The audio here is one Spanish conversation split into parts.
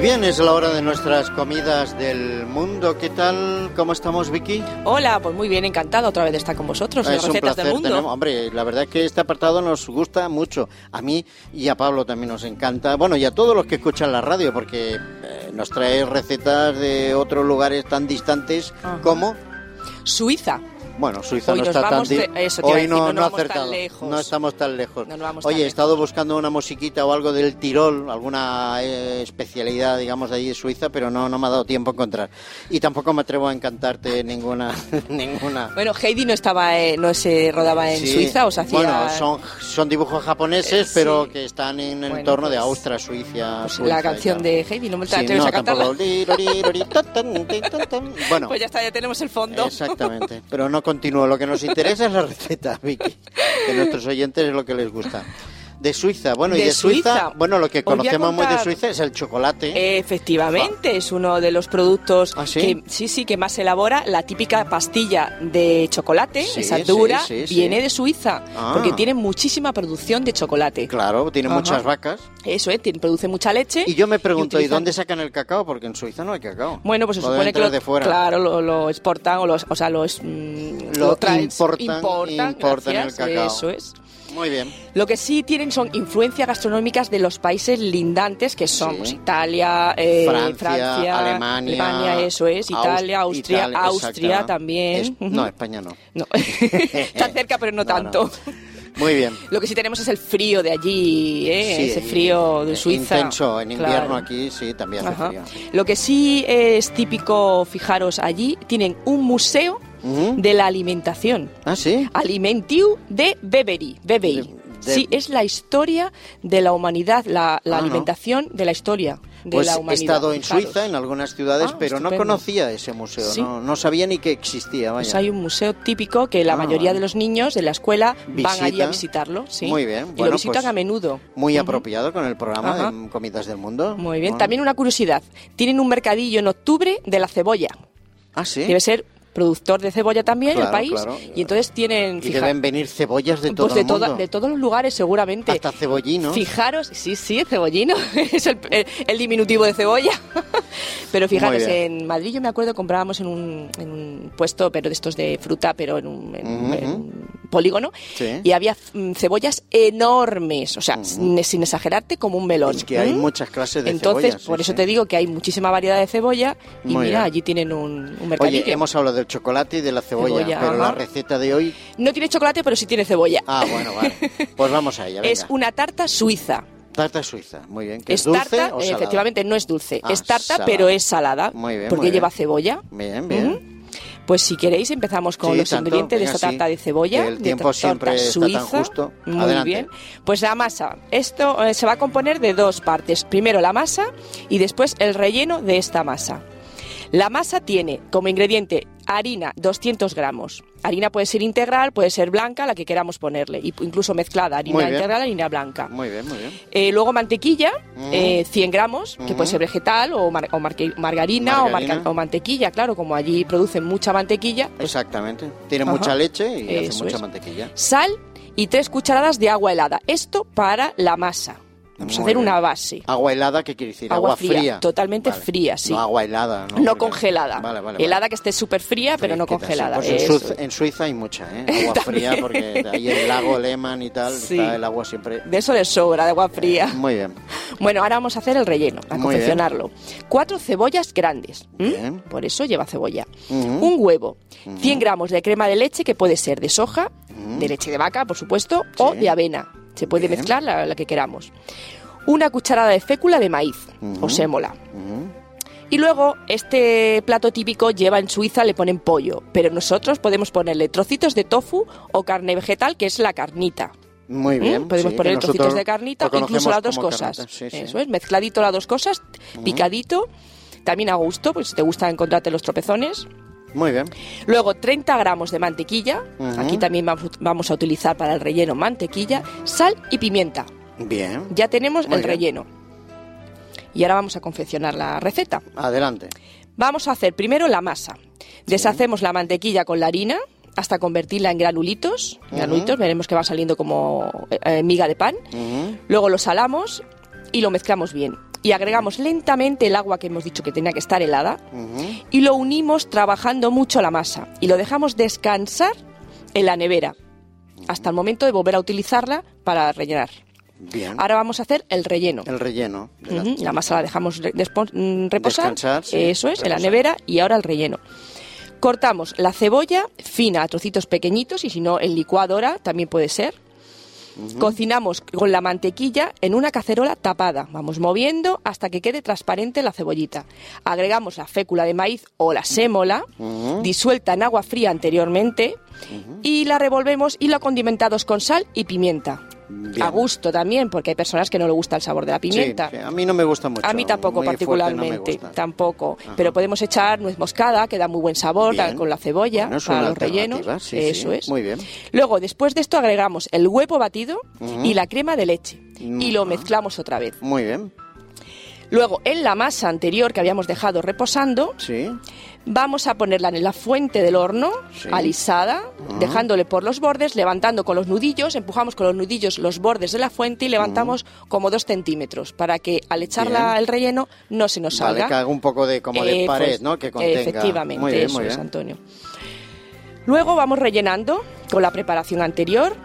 bien, es la hora de nuestras comidas del mundo. ¿Qué tal? ¿Cómo estamos, Vicky? Hola, pues muy bien, encantado otra vez de estar con vosotros en es las un recetas placer. del mundo. tenemos- hombre, la verdad es que este apartado nos gusta mucho. A mí y a Pablo también nos encanta. Bueno, y a todos los que escuchan la radio, porque eh, nos trae recetas de otros lugares tan distantes Ajá. como, Suiza. bueno, Suiza Hoy no nos está tan vamos di- de- eso te iba a Hoy decir, no, no nos no ha vamos tan acertado. lejos. No estamos tan lejos. No nos vamos tan Oye, he lejos. estado buscando una musiquita o algo del Tirol, alguna eh, especialidad, digamos, de ahí de Suiza, pero no, no me ha dado tiempo a encontrar. Y tampoco me atrevo a encantarte ninguna, ninguna. Bueno, Heidi no estaba, eh, no se rodaba en Sí. Suiza, o se hacía. pues, Bueno, son, son dibujos japoneses, Eh, sí. pero que están en el Bueno, entorno de pues, Austria, Suiza. pues, Suiza la y canción tal. de Heidi, no me Sí, atreves no, a cantarla. tampoco. Li, ro, li, ro, li, ta, tan, ti, tan, tan. Bueno, Pues ya está, ya tenemos el fondo. exactamente. Pero no continúo. Lo que nos interesa es la receta, Vicky. Que a nuestros oyentes es lo que les gusta. De Suiza, bueno, y De de Suiza, Suiza. bueno, lo que Os voy a conocemos muy de contar- Eh. Suiza es el chocolate. Efectivamente, es uno de los productos ¿eh? ¿Ah, sí? que sí, sí, que más se elabora. La típica pastilla de chocolate, Sí, esa sí, dura, sí, sí. viene de Suiza, Ah. porque tiene muchísima producción de chocolate. Claro, tiene Ajá. muchas vacas. Eso, eh, tiene- produce mucha leche. Y yo me pregunto, ¿y, utilizan- dónde sacan el cacao? Porque en Suiza no hay cacao. Bueno, pues se Lo deben supone que traer lo, de fuera. claro, lo, lo exportan o, los, o sea, los, mm, Lo traen- importan, importan el gracias, cacao. Eso es. Muy bien. Lo que sí tienen son influencias gastronómicas de los países lindantes, que son Sí. pues, Italia, eh, Francia, Francia, Alemania, Italia, eso es, Aus- Italia, Austria, Italia, Austria exacto. también. Es- no, España no. No. Está cerca, pero no, No, no. tanto. Muy bien. Lo que sí tenemos es el frío de allí, ¿eh? Sí, ese frío de eh, Suiza. Intenso, en invierno Claro. aquí sí, también hace Ajá. frío. Lo que sí es típico, fijaros allí, tienen un museo Ujú. de la alimentación. Ah, sí. Alimentiu de Beberi, BBI. De- de- Sí, es la historia de la humanidad, la, la Ah, no. alimentación de la historia de Pues la he humanidad. estado en fijaros. Suiza, en algunas ciudades, Ah, pero no estupendo. conocía ese museo, Sí. no, no sabía ni que existía. Vaya. Pues hay un museo típico que la Ah, mayoría vale. de los niños de la escuela van Visita. allí a visitarlo. sí. Muy bien, y bueno, lo visitan pues, a menudo. Muy apropiado con el programa Ajá. de Comidas del Mundo. Muy bien. Bueno. También una curiosidad. Tienen un mercadillo en octubre de la cebolla. Ah, sí. Debe ser productor de cebolla también Claro, el país. claro. Y entonces tienen... y fija- deben venir cebollas de todo pues de, el mundo. toda- de todos los lugares seguramente. Hasta cebollinos. Fijaros, sí, sí, cebollino, es el, el- el diminutivo de cebolla. Pero fijaros, Muy bien. en Madrid yo me acuerdo comprábamos en un, en un puesto, pero de estos de fruta, pero en un, en un- Ujú. en un polígono, Sí. y había mm, cebollas enormes, o sea, sin, sin exagerarte, como un melón. Es que hay ¿Mm? muchas clases de Entonces, cebollas. sí, por eso sí. te digo que hay muchísima variedad de cebolla, y Muy mira, bien. allí tienen un, un mercadillo. Oye, hemos hablado del chocolate y de la cebolla, Cebolla, pero la ajá. receta de hoy... No tiene chocolate, pero sí tiene cebolla. Ah, bueno, vale. Pues vamos a ella, venga. es una tarta suiza. Tarta suiza, muy bien. ¿Que Es, es, dulce tarta, eh, o salada? efectivamente no es dulce, Ah, es tarta salada. pero es salada, Muy bien, porque muy bien. lleva cebolla. Bien, bien. Pues si queréis empezamos con Sí, los tanto, ingredientes de venga, esta tarta sí, de cebolla. que el de tiempo tar- siempre tarta está tan suiza. justo. Muy Adelante. bien. Pues la masa. Esto eh, se va a componer de dos partes. Primero la masa y después el relleno de esta masa. La masa tiene como ingrediente harina 200 gramos. Harina puede ser integral, puede ser blanca, la que queramos ponerle, y- incluso mezclada, Muy harina bien. integral, harina blanca. Muy bien, muy bien. Eh, luego mantequilla, Mm. eh, 100 gramos, que Mm. puede ser vegetal o, mar- o marque- margarina, o, Margarina. marca- o mantequilla, claro, como allí producen mucha mantequilla. Exactamente. Tiene Pues Ajá. mucha leche y hace Eso mucha es. mantequilla. Sal y 3 cucharadas de agua helada. Esto para la masa. Vamos a Muy hacer bien. Ah, una base. Agua helada, ¿qué quiere decir? Agua Agua fría. fría, totalmente fría, sí. No agua helada. No, No Porque- congelada. Vale, vale. Helada vale. que esté súper fría, pero no Fresquita, sí. congelada. Pues en, Eso Suiza, es. en Suiza hay mucha, ¿eh? Agua fría, porque ahí el lago Lehman y tal, Sí. está el agua siempre... eh, De eso le sobra, de agua fría. Muy bien. Bueno, ahora vamos a hacer el relleno, a Muy bien. confeccionarlo. Cuatro cebollas grandes. ¿m? Bien. Por eso lleva cebolla. Ujú. Un huevo. 100 gramos de crema de leche, que puede ser de soja, de leche de vaca, por supuesto, o Sí. de avena. Se puede Bien. mezclar la, la que queramos. Una cucharada de fécula de maíz o sémola. Ujú. Y luego, este plato típico lleva en Suiza, le ponen pollo, pero nosotros podemos ponerle trocitos de tofu o carne vegetal, que es la carnita. Muy ¿Mm? bien. Podemos sí, poner que trocitos nosotros de carnita, lo incluso conocemos las dos como cosas. carnita, sí, sí. Eso es, mezcladito las dos cosas, picadito, también a gusto, pues si te gusta encontrarte los tropezones. Muy bien. Luego 30 gramos de mantequilla, Ujú. aquí también vamos- vamos a utilizar para el relleno mantequilla, sal y pimienta. Bien. Ya tenemos Muy el bien. relleno. Y ahora vamos a confeccionar la receta. Adelante. Vamos a hacer primero la masa. Deshacemos la mantequilla con la harina hasta convertirla en granulitos. Granulitos, veremos que va saliendo como eh, eh, miga de pan. Ujú. Luego lo salamos y lo mezclamos bien. y agregamos lentamente el agua que hemos dicho que tenía que estar helada Ujú. y lo unimos trabajando mucho la masa y lo dejamos descansar en la nevera hasta el momento de volver a utilizarla para rellenar. Bien. Ahora vamos a hacer el relleno. El relleno. de la- Ujú, La masa la dejamos re- despo- mm, reposar. Descansar, sí, eso es, en la reposar. nevera y ahora el relleno. Cortamos la cebolla fina a trocitos pequeñitos y si no en licuadora también puede ser. Cocinamos con la mantequilla en una cacerola tapada. Vamos moviendo hasta que quede transparente la cebollita. Agregamos la fécula de maíz o la sémola, Ujú. disuelta en agua fría anteriormente, y la revolvemos y la condimentados con sal y pimienta. Bien. A gusto también, porque hay personas que no le gusta el sabor de la Sí, pimienta. sí, a mí no me gusta mucho. A mí tampoco muy fuerte no me particularmente, gusta. tampoco. Ajá. Pero podemos echar nuez moscada, que da muy buen sabor Bien. la- con la cebolla Bueno, es para una los rellenos. alternativa, sí, Eso sí, es. muy bien. Luego, después de esto, agregamos el huevo batido y la crema de leche y lo Ujú. mezclamos otra vez. Muy bien, Luego, en la masa anterior que habíamos dejado reposando, sí. vamos a ponerla en la fuente del horno, Sí. alisada, dejándole por los bordes, levantando con los nudillos, empujamos con los nudillos los bordes de la fuente y levantamos como dos centímetros para que al echarla Bien. el relleno no se nos salga. Vale, que haga un poco de como de Eh, pared, pues, ¿no? Que contenga. Efectivamente, muy bien, eso muy es, bien. Antonio. Luego vamos rellenando con la preparación anterior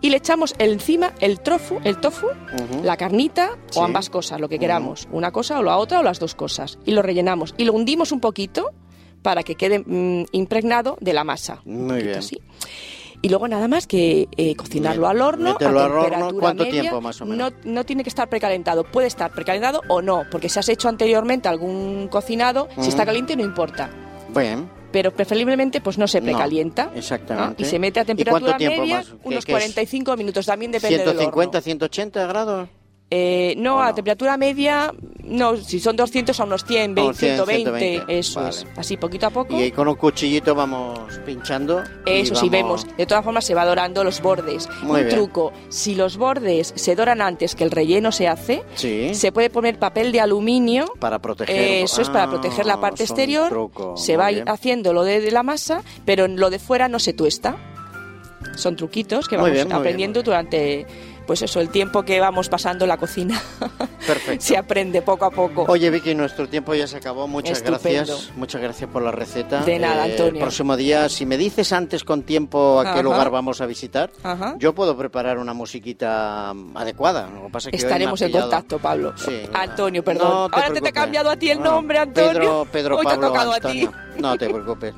y le echamos encima el tofu, el tofu, Ujú. la carnita Sí. o ambas cosas, lo que queramos, una cosa o la otra o las dos cosas y lo rellenamos y lo hundimos un poquito para que quede mm, impregnado de la masa. un Muy poquito bien. así. Y luego nada más que eh, cocinarlo Bien. al horno. Meterlo a al horno, temperatura ¿cuánto media. tiempo más o menos? No no, no tiene que estar precalentado. Puede estar precalentado o no, porque si has hecho anteriormente algún cocinado, si Mm. está caliente no importa. Bien. Pero preferiblemente pues no se No, precalienta. ¿no? exactamente. Y se mete a ¿Y cuánto temperatura tiempo media, más? ¿Qué- unos qué es? 45 minutos. También depende del 150, horno. 180 grados. Eh, no, ¿O a no? temperatura media, no, si son 200 a unos 100, 20, 100, 120, 120, eso vale. es. Así poquito a poco. Y ahí con un cuchillito vamos pinchando. y Eso sí, vamos- vemos. De todas formas, se va dorando los bordes. Muy Un bien. truco: si los bordes se doran antes que el relleno se hace, Sí. se puede poner papel de aluminio. Para proteger. Eh, Eso es para Ah, proteger la parte es un exterior. truco, Se muy va bien. haciendo lo de, de la masa, pero en lo de fuera no se tuesta. Son truquitos que Muy vamos bien, muy bien, aprendiendo muy durante, pues eso, el tiempo que vamos pasando en la cocina. Perfecto. se aprende poco a poco. Oye Vicky, nuestro tiempo ya se acabó. Muchas Estupendo. gracias. Muchas gracias por la receta. Eh, De nada, El Antonio. próximo día, si me dices antes con tiempo a qué Ajá. lugar vamos a visitar, Ajá. yo puedo preparar una musiquita mm, adecuada. Lo que pasa es que hoy me has Estaremos en pillado. contacto, Pablo. Sí. Antonio, No perdón. Ahora te, te he preocupes. cambiado a ti el Bueno, nombre, Antonio. Pedro, Pedro Hoy te Pablo ha tocado Antonio. a ti. No te preocupes.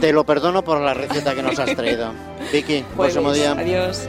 Te lo perdono por la receta que nos has traído. Vicky, próximo Jueves. día. Pues Adiós.